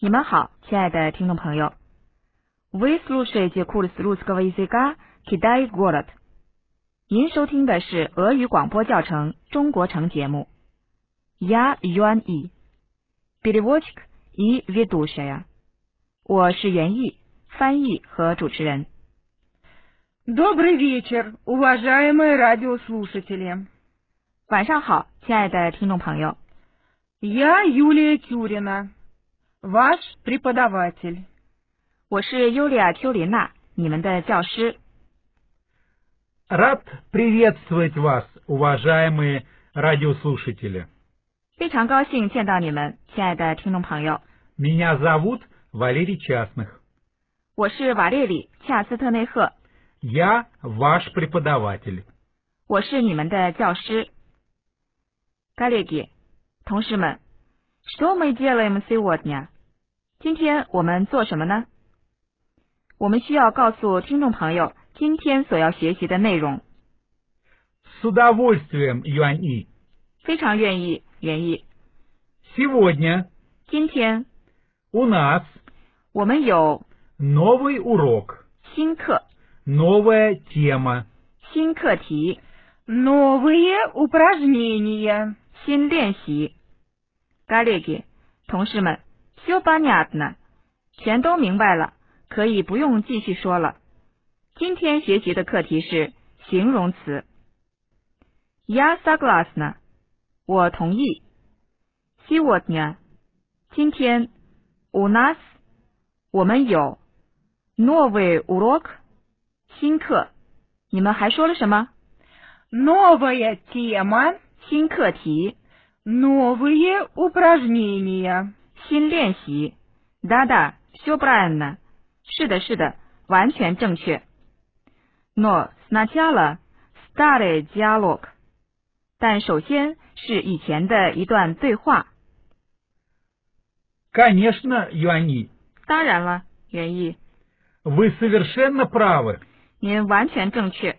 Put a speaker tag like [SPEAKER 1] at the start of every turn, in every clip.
[SPEAKER 1] 你们好，亲爱的听众朋友。Вы слушаете курс русского языка Китай город。您收听的是俄语广播教程《中国城》节目。Я Юан И, переводчик и ведущая。我是袁毅，翻译和主持人。
[SPEAKER 2] Добрый вечер, уважаемые радиослушатели.
[SPEAKER 1] 晚上好，亲爱的听众朋友。
[SPEAKER 2] Я Юлия Тюрина, ваш преподаватель.
[SPEAKER 1] 我是尤利亚·丘琳娜，你们的教师。
[SPEAKER 3] Рад приветствовать вас, уважаемые радиослушатели.
[SPEAKER 1] 非常高兴见到你们，亲爱的听众朋友。
[SPEAKER 3] Меня зовут Валерий Частных.
[SPEAKER 1] 我是瓦列里·恰斯特内赫，
[SPEAKER 3] Я ваш преподаватель.
[SPEAKER 1] 我是你们的教师。Коллеги，同事们，Что мы делаем сегодня？今天我们做什么呢？我们需要告诉听众朋友今天所要学习的内容。
[SPEAKER 3] С удовольствием, Юань И.
[SPEAKER 1] 非常愿意，愿意。
[SPEAKER 3] Сегодня
[SPEAKER 1] 今天
[SPEAKER 3] у нас
[SPEAKER 1] 我们有
[SPEAKER 3] новый урок,
[SPEAKER 1] 新课、
[SPEAKER 3] новая тема,
[SPEAKER 1] 新课题、
[SPEAKER 2] Новые упражнения.
[SPEAKER 1] 新练习。Коллеги，同事们，Все понятно，全都明白了，可以不用继续说了。今天学习的课题是形容词。Я согласна，我同意。Сегодня，今天。У нас，我们有。Новый урок，新课。你们还说了什么？
[SPEAKER 2] Новая тема.
[SPEAKER 1] 新课题，
[SPEAKER 2] Новые упражнения.
[SPEAKER 1] 新练习。Да да, все правильно。是的，是的，完全正确。Но сначала старый диалог。但首先是以前的一段对话。
[SPEAKER 3] Конечно, Юань И,
[SPEAKER 1] 当然了，袁毅，
[SPEAKER 3] вы совершенно правы.
[SPEAKER 1] 您完全正确。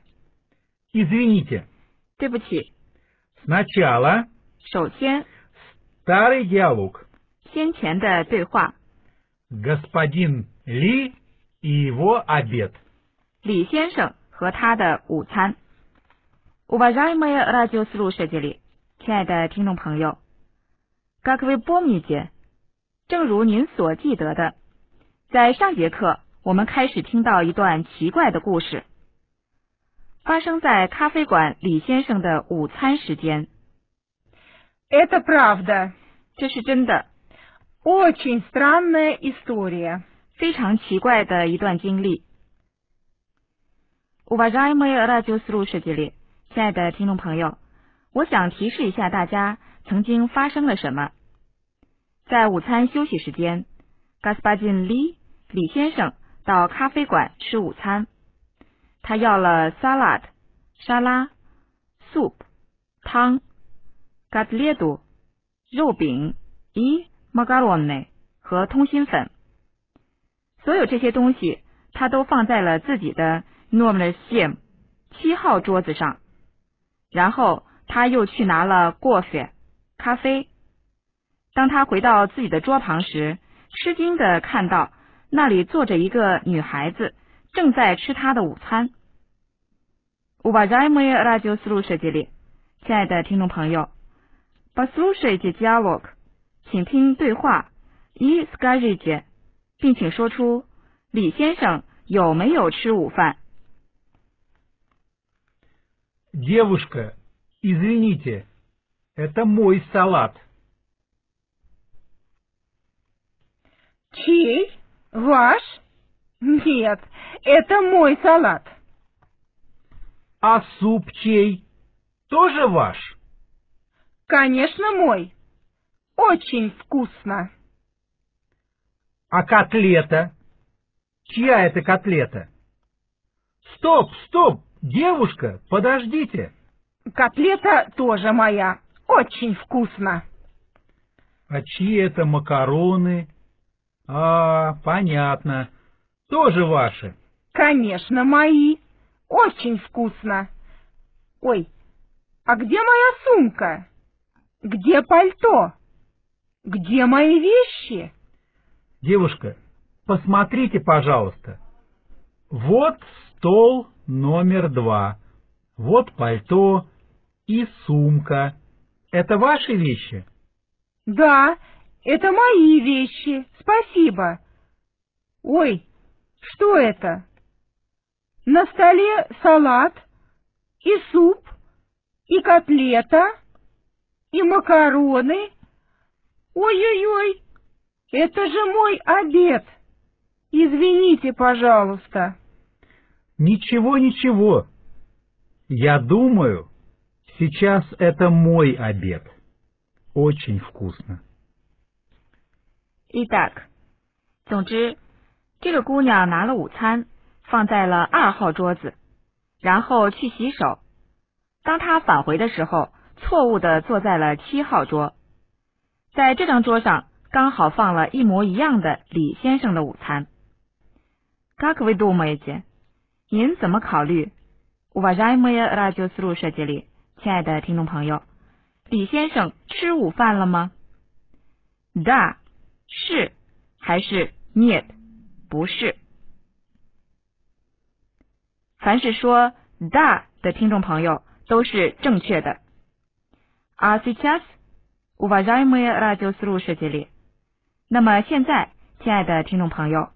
[SPEAKER 3] Извините.
[SPEAKER 1] 对不起，
[SPEAKER 3] Сначала
[SPEAKER 1] 首先
[SPEAKER 3] старый диалог.
[SPEAKER 1] 先前的对话，
[SPEAKER 3] Господин Ли и его обед.
[SPEAKER 1] 李先生和他的午餐。Уважаемые радиослушатели，亲爱的听众朋友，Как вы помните，正如您所记得的，在上节课我们开始听到一段奇怪的故事，发生在咖啡馆李先生的午餐时间。
[SPEAKER 2] Это правда.
[SPEAKER 1] 这是真的，
[SPEAKER 2] Очень странная история.
[SPEAKER 1] 非常奇怪的一段经历。Уважаемые радиослушатели，亲爱的听众朋友，我想提示一下大家，曾经发生了什么。在午餐休息时间，Господин Ли 李先生到咖啡馆吃午餐，他要了 salad 沙拉、soup 汤、g a t l e d u 肉饼、и m a g a r o n e 和通心粉。所有这些东西，他都放在了自己的 Normal Sim 七号桌子上。然后他又去拿了 g o 咖啡。当他回到自己的桌旁时，吃惊的看到那里坐着一个女孩子，正在吃她的午餐。Уважаемые радиослушатели，亲爱的听众朋友，послушайте диалог，请听对话。И скажите，并请说出李先生有没有吃午饭？
[SPEAKER 3] Девушка, извините, это мой салат.
[SPEAKER 2] Чей? Ваш? Нет, это мой салат.
[SPEAKER 3] А суп чей? Тоже ваш?
[SPEAKER 2] Конечно, мой. Очень вкусно.
[SPEAKER 3] А котлета? Чья это котлета? Стоп, стоп, девушка, подождите.
[SPEAKER 2] Котлета тоже моя. Очень вкусно.
[SPEAKER 3] А чьи это макароны? А, понятно. Тоже ваши.
[SPEAKER 2] Конечно, мои. Очень вкусно. Ой, а где моя сумка? Где пальто? Где мои вещи?
[SPEAKER 3] Девушка, посмотрите, пожалуйста. Вот стол номер два. Вот пальто и сумка. Это ваши вещи?
[SPEAKER 2] Да, это мои вещи. Спасибо. Ой, что это? На столе салат и суп и котлета и макароны. Ой-ой-ой, это же мой обед. Извините, пожалуйста.
[SPEAKER 3] Ничего, ничего. Я думаю, сейчас это мой обед. Очень вкусно.
[SPEAKER 1] Итак，总之，这个姑娘拿了午餐，放在了二号桌子，然后去洗手。当她返回的时候，错误的坐在了七号桌。在这张桌上，刚好放了一模一样的李先生的午餐。Как вы думаете？您怎么考虑？Уважаемые радиослушатели，亲爱的听众朋友，李先生吃午饭了吗？Да，是，还是 нет，不是。凡是说 да 的听众朋友都是正确的。А сейчас, уважаемые радиослушатели，那么现在，亲爱的听众朋友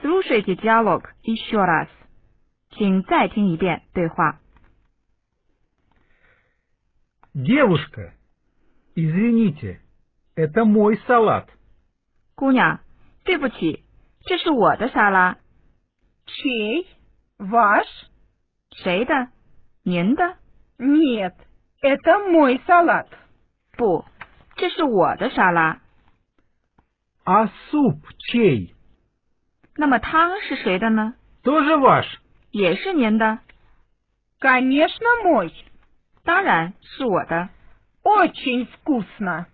[SPEAKER 1] ，слушайте диалог еще раз，请再听一遍对话。
[SPEAKER 3] Девушка, извините, это мой салат.
[SPEAKER 1] 姑娘，对不起，这是我的沙拉，
[SPEAKER 2] Чей? Ваш?
[SPEAKER 1] 谁的？您的？
[SPEAKER 2] Нет, это мой салат.
[SPEAKER 1] 不，这是我的沙拉。
[SPEAKER 3] А суп чей?
[SPEAKER 1] 那么汤是谁的呢？
[SPEAKER 3] Тоже ваш?
[SPEAKER 1] 也是您的，
[SPEAKER 2] Конечно, мой.
[SPEAKER 1] 当然是我的，
[SPEAKER 2] Очень вкусно.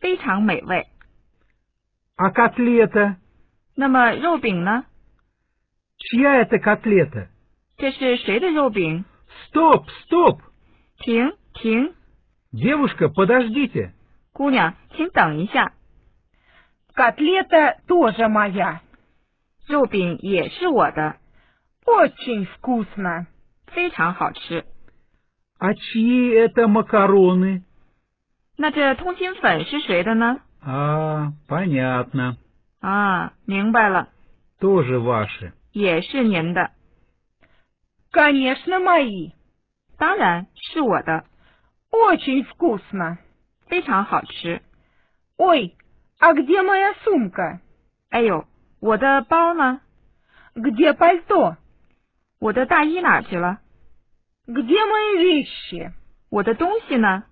[SPEAKER 1] 非常美味。
[SPEAKER 3] А котлета?
[SPEAKER 1] 那么肉饼呢？
[SPEAKER 3] Чья это котлета?
[SPEAKER 1] 这是谁的肉饼？
[SPEAKER 3] Стоп, стоп!
[SPEAKER 1] 停停，
[SPEAKER 3] Девушка, подождите.
[SPEAKER 1] 姑娘，请等一下，
[SPEAKER 2] Котлета тоже моя.
[SPEAKER 1] 肉饼也是我的，
[SPEAKER 2] Очень вкусно.
[SPEAKER 1] 非常好吃。
[SPEAKER 3] А чьи это макароны?
[SPEAKER 1] 那这通心粉是谁的呢？
[SPEAKER 3] А, понятно.
[SPEAKER 1] 啊，明白了，
[SPEAKER 3] Тоже ваши.
[SPEAKER 1] 也是您的，
[SPEAKER 2] Конечно, мои.
[SPEAKER 1] 当然是我的，
[SPEAKER 2] Очень вкусно.
[SPEAKER 1] 非常好吃。
[SPEAKER 2] Ой, а где моя сумка?
[SPEAKER 1] 哎呦，我的包呢？
[SPEAKER 2] Где пальто?
[SPEAKER 1] 我的大衣哪去了？
[SPEAKER 2] Где мои вещи?
[SPEAKER 1] 我的东西呢？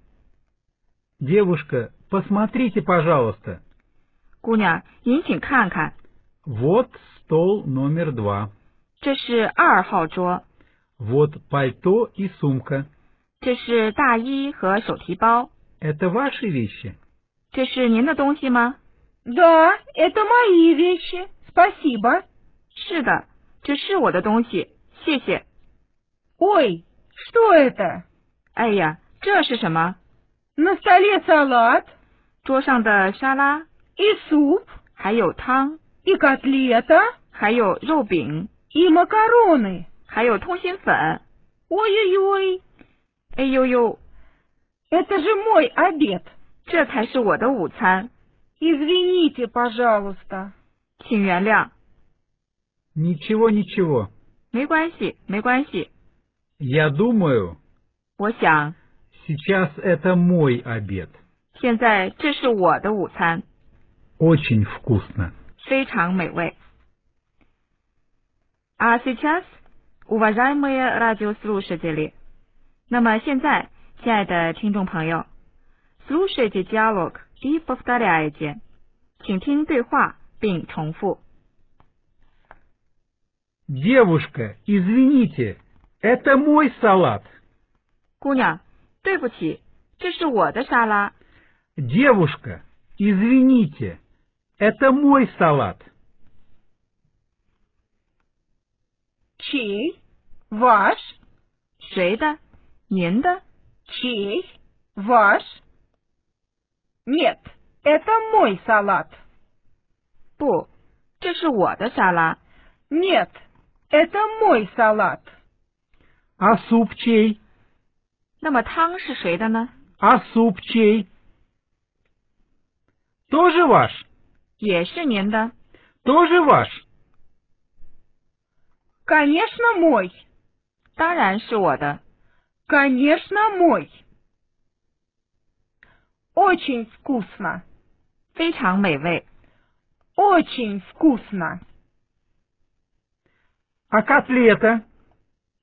[SPEAKER 3] Девушка, посмотрите, пожалуйста.
[SPEAKER 1] 姑娘，您请看看，
[SPEAKER 3] Вот стол номер два.
[SPEAKER 1] 这是二号桌，
[SPEAKER 3] Вот пальто и сумка.
[SPEAKER 1] 这是大衣和手提包，
[SPEAKER 3] Это ваши вещи?
[SPEAKER 1] 这是您的东西吗？
[SPEAKER 2] Да, это мои вещи. Спасибо.
[SPEAKER 1] 是的，这是我的东西，谢谢。
[SPEAKER 2] Ой, что это?
[SPEAKER 1] 哎呀，这是什么？
[SPEAKER 2] На столе салат
[SPEAKER 1] 桌上的沙拉，
[SPEAKER 2] и суп,
[SPEAKER 1] 还有汤，
[SPEAKER 2] и котлета,
[SPEAKER 1] 还有肉饼，
[SPEAKER 2] и макароны.
[SPEAKER 1] 还有通心粉。
[SPEAKER 2] Ой-ой-ой,
[SPEAKER 1] 哎呦呦，
[SPEAKER 2] это же мой обед.
[SPEAKER 1] 这才是我的午餐，
[SPEAKER 2] Извините, пожалуйста.
[SPEAKER 1] 请原谅。
[SPEAKER 3] Ничего, ничего.
[SPEAKER 1] 没关系，没关系。
[SPEAKER 3] Я думаю,
[SPEAKER 1] 我想，
[SPEAKER 3] сейчас это мой обед.
[SPEAKER 1] 现在这是我的午餐，
[SPEAKER 3] Очень вкусно.
[SPEAKER 1] 非常美味。А сейчас, уважаемые радиослушатели，那么现在，亲爱的听众朋友，слушайте диалог и повторяйте，请听对话并重复。
[SPEAKER 3] Девушка, извините, это мой салат.
[SPEAKER 1] 姑娘，对不起，这是我的沙拉。
[SPEAKER 3] Девушка, извините, это мой салат.
[SPEAKER 2] Чей? Ваш?
[SPEAKER 1] 谁的？您的？
[SPEAKER 2] Чей? Ваш? Нет, это мой салат.
[SPEAKER 1] 不，这是我的沙拉。
[SPEAKER 2] Нет, это мой салат.
[SPEAKER 3] А суп чей?
[SPEAKER 1] 那么汤是谁的呢？
[SPEAKER 3] А суп чей? Тоже ваш?
[SPEAKER 1] 也是您的。
[SPEAKER 3] Тоже ваш?
[SPEAKER 2] Конечно, мой.
[SPEAKER 1] 当然是我的。
[SPEAKER 2] Конечно, мой. Очень вкусно.
[SPEAKER 1] 非常美味。
[SPEAKER 2] Очень вкусно.
[SPEAKER 3] А котлета?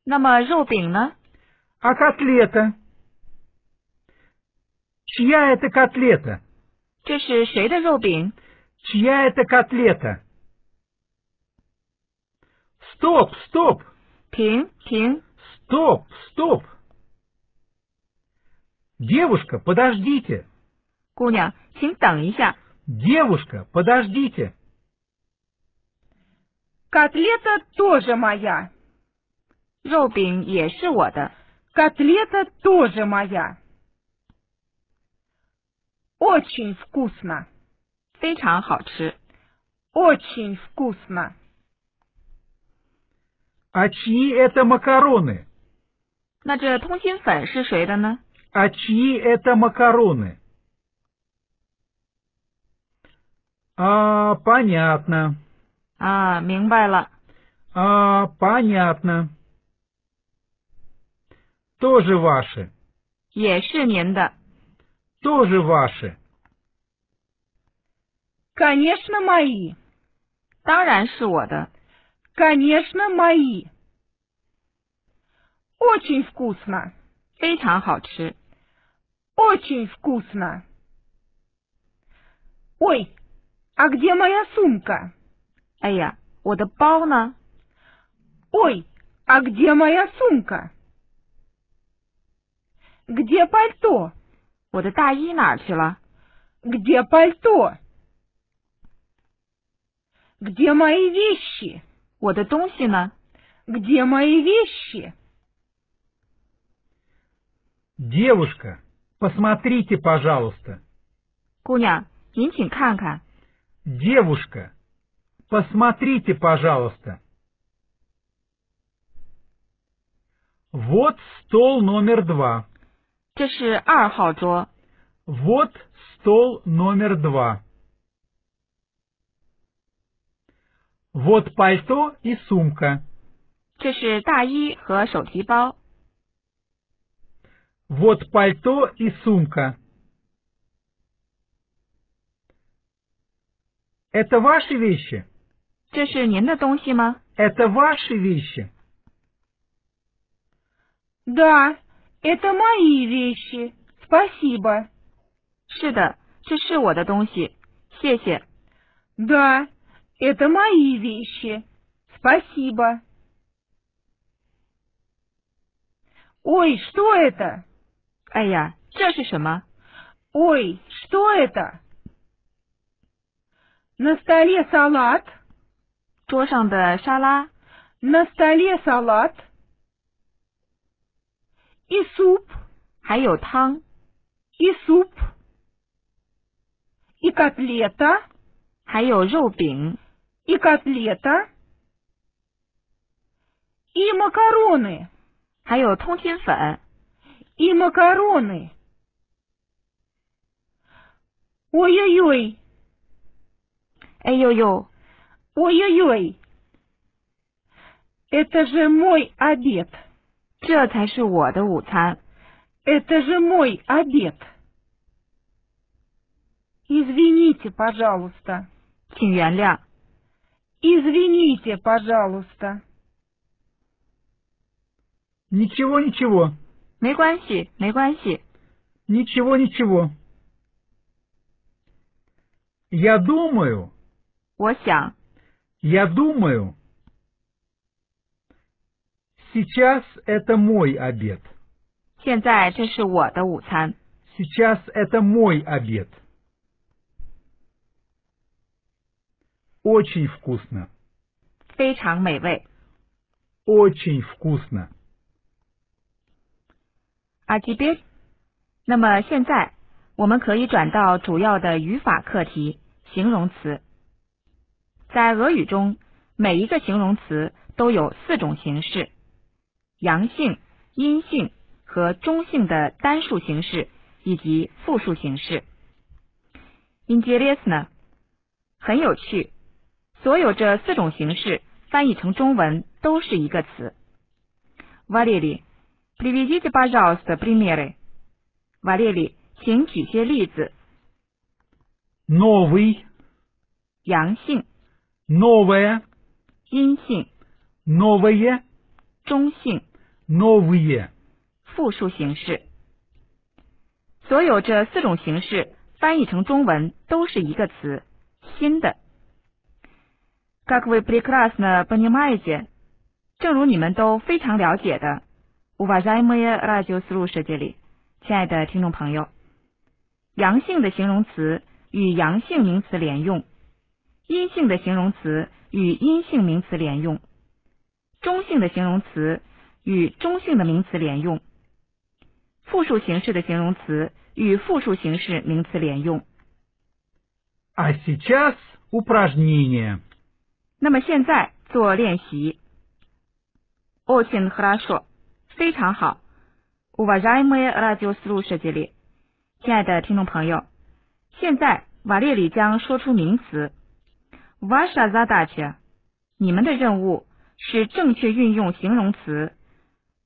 [SPEAKER 1] 那么肉饼呢？
[SPEAKER 3] А котлета? Чья это котлета?
[SPEAKER 1] 这是谁的肉饼？
[SPEAKER 3] Чья это котлета? Стоп, стоп,
[SPEAKER 1] 停停，
[SPEAKER 3] стоп, стоп. Девушка, подождите.
[SPEAKER 1] 姑娘，请等一下。
[SPEAKER 3] Девушка, подождите.
[SPEAKER 2] Котлета тоже моя.
[SPEAKER 1] 肉饼也是我的。
[SPEAKER 2] Котлета тоже моя. Очень вкусно.
[SPEAKER 1] 非常好吃。
[SPEAKER 2] Очень вкусно.
[SPEAKER 3] А чьи это макароны?
[SPEAKER 1] 那这通心粉是谁的呢？
[SPEAKER 3] А чьи это макароны? А, понятно.
[SPEAKER 1] 啊，明白了。
[SPEAKER 3] А, понятно. Тоже ваши.
[SPEAKER 1] 也是您的。
[SPEAKER 3] Тоже ваши.
[SPEAKER 2] Конечно, мои.
[SPEAKER 1] 当然是我的。
[SPEAKER 2] Конечно, мои. Очень вкусно.
[SPEAKER 1] 非常好吃。
[SPEAKER 2] Очень вкусно. Ой, а где моя сумка?
[SPEAKER 1] 哎呀，我的包呢？
[SPEAKER 2] Ой, а где моя сумка? Где пальто?
[SPEAKER 1] 我的大衣哪儿去了？
[SPEAKER 2] Где пальто? Где мои вещи?
[SPEAKER 1] 我的东西呢？
[SPEAKER 2] Где мои вещи?
[SPEAKER 3] Девушка, посмотрите, пожалуйста.
[SPEAKER 1] 姑娘，您请看看。
[SPEAKER 3] Девушка, посмотрите, пожалуйста. Вот стол номер два.
[SPEAKER 1] 这是二号桌，
[SPEAKER 3] Вот стол номер два. Вот пальто и сумка.
[SPEAKER 1] 这是大衣和手提包，
[SPEAKER 3] Вот пальто и сумка. Это ваши вещи?
[SPEAKER 1] 这是您的东西吗？
[SPEAKER 3] Это ваши вещи?
[SPEAKER 2] Да, это мои вещи. Спасибо.
[SPEAKER 1] 是的，这是我的东西，谢谢。
[SPEAKER 2] Да, это мои вещи. Спасибо. Ой, что это?
[SPEAKER 1] 哎呀，这是什么？
[SPEAKER 2] Ой, что это? На столе салат.
[SPEAKER 1] 桌上的沙拉，
[SPEAKER 2] На столе салат. И суп,
[SPEAKER 1] 还有汤，
[SPEAKER 2] и суп. И котлета,
[SPEAKER 1] 还有肉饼，
[SPEAKER 2] и котлета. И макароны,
[SPEAKER 1] 还有通心粉。
[SPEAKER 2] и макароны. Ой-ой-ой,
[SPEAKER 1] 哎呦呦，
[SPEAKER 2] ой-ой-ой. Это же мой обед.
[SPEAKER 1] 这才是我的午餐。
[SPEAKER 2] Это же мой обед. Извините, пожалуйста.
[SPEAKER 1] 请原谅，
[SPEAKER 2] Извините, пожалуйста.
[SPEAKER 3] Ничего, ничего.
[SPEAKER 1] 没关系，没关系。
[SPEAKER 3] Ничего, ничего. Я думаю,
[SPEAKER 1] 我想，
[SPEAKER 3] Я думаю. Сейчас это мой обед.
[SPEAKER 1] 现在这是我的午餐。
[SPEAKER 3] Сейчас это мой обед. Очень вкусно.
[SPEAKER 1] 非常美味。
[SPEAKER 3] Очень вкусно.
[SPEAKER 1] а т и б 那么现在我们可以转到主要的语法课题——形容词。在俄语中，每一个形容词都有四种形式：阳性、阴性和中性的单数形式以及复数形式。Интересно，很有趣。所有这四种形式翻译成中文都是一个词。Валерий, приведите, пожалуйста, примеры. 瓦列里，请举些例子。
[SPEAKER 3] Новый,
[SPEAKER 1] 阳性、
[SPEAKER 3] новое,
[SPEAKER 1] 阴性、
[SPEAKER 3] новое,
[SPEAKER 1] 中性、
[SPEAKER 3] новые.
[SPEAKER 1] 复数形式。所有这四种形式翻译成中文都是一个词“新的”。Как вы прекрасно понимаете，正如你们都非常了解的，уважаемые радиослушатели，亲爱的听众朋友，阳性的形容词与阳性名词连用，阴性的形容词与阴性名词连用，中性的形容词与中性的名词连用。复数形式的形容词与复数形式名词连用。
[SPEAKER 3] А сейчас упражнение.
[SPEAKER 1] 那么现在做练习。Очень 哦 хорошо，非常好。Уважаемые радиослушатели，亲爱的听众朋友，现在瓦列里将说出名词。Ваша задача，你们的任务是正确运用形容词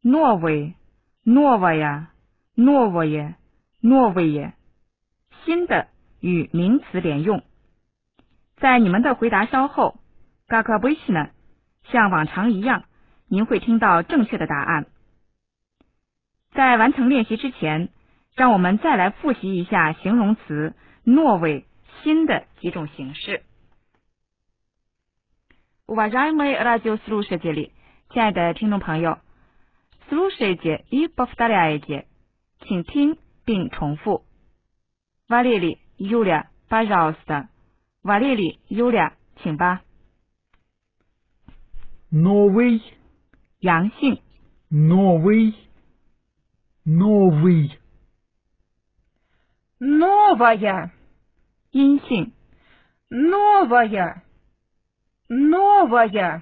[SPEAKER 1] новый、новая、новое、новые 新的与名词连用。在你们的回答稍后 g a k a b i s h n 像往常一样，您会听到正确的答案。在完成练习之前，让我们再来复习一下形容词“诺为”新的几种形式。Уважаемые радиослушатели，亲爱的听众朋友，слушайте и повторяйте，请听并重复。Валерий, Юля, пожалуйста。瓦列里、尤利亚，请吧。
[SPEAKER 3] Новый,
[SPEAKER 1] 阳性、
[SPEAKER 3] новый, новый,
[SPEAKER 2] Новая,
[SPEAKER 1] 阴性、
[SPEAKER 2] новая, новая,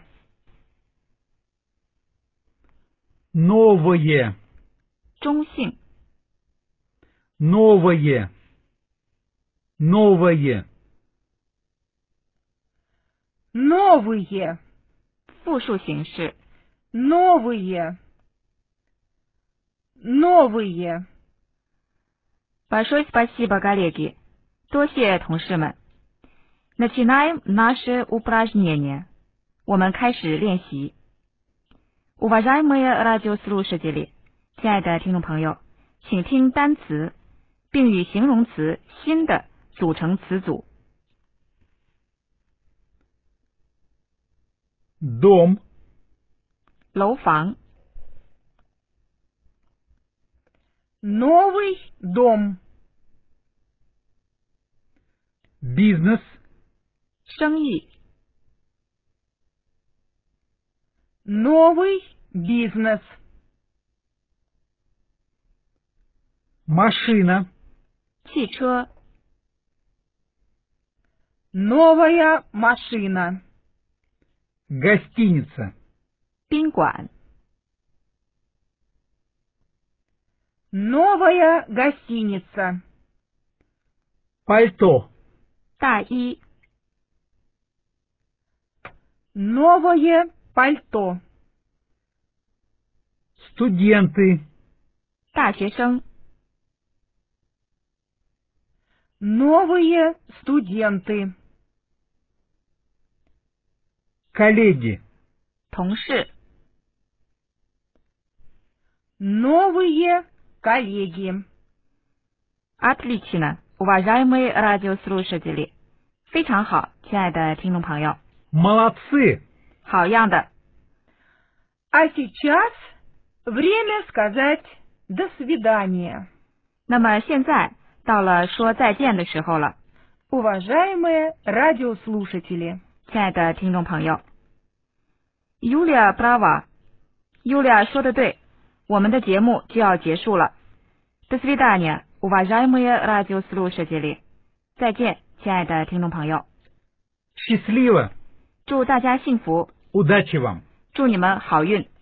[SPEAKER 3] новое,
[SPEAKER 1] 中性、
[SPEAKER 3] новое, новое,
[SPEAKER 2] новые,
[SPEAKER 1] 复数形式。
[SPEAKER 2] новые, новые.
[SPEAKER 1] Большое спасибо, коллеги. 多谢同事们。Начинаем наше упражнение. 我们开始练习。Уважаемые радиослушатели，亲爱的听众朋友，请听单词，并与形容词“新的”组成词组。
[SPEAKER 3] дом,
[SPEAKER 1] 楼房、
[SPEAKER 2] Новый дом,
[SPEAKER 3] бизнес,
[SPEAKER 1] 生意、
[SPEAKER 2] новый бизнес,
[SPEAKER 3] машина,
[SPEAKER 1] 汽车、
[SPEAKER 2] новая машина,
[SPEAKER 3] гостиница,
[SPEAKER 1] 宾馆、
[SPEAKER 2] новая гостиница,
[SPEAKER 3] пальто,
[SPEAKER 1] 大衣、
[SPEAKER 2] новое пальто,
[SPEAKER 3] студенты,
[SPEAKER 1] 大学生、
[SPEAKER 2] новые студенты,
[SPEAKER 3] коллеги,
[SPEAKER 1] 同事、
[SPEAKER 2] новые коллеги.
[SPEAKER 1] Отлично, уважаемые радиослушатели. 非常好，亲爱的听众朋友，
[SPEAKER 3] Молодцы!
[SPEAKER 1] 好样的！
[SPEAKER 2] А сейчас время сказать «до свидания».
[SPEAKER 1] 那么现在到了说再见的时候了，
[SPEAKER 2] Уважаемые радиослушатели,
[SPEAKER 1] 亲爱的听众朋友。Yulia Brava，Yulia 说的对，我们的节目就要结束了。До свидания, уважаемые радиослушатели。再见，亲爱的听众朋友，
[SPEAKER 3] Счастливо!
[SPEAKER 1] 祝大家幸福，
[SPEAKER 3] Удачи вам!
[SPEAKER 1] 祝你们好运。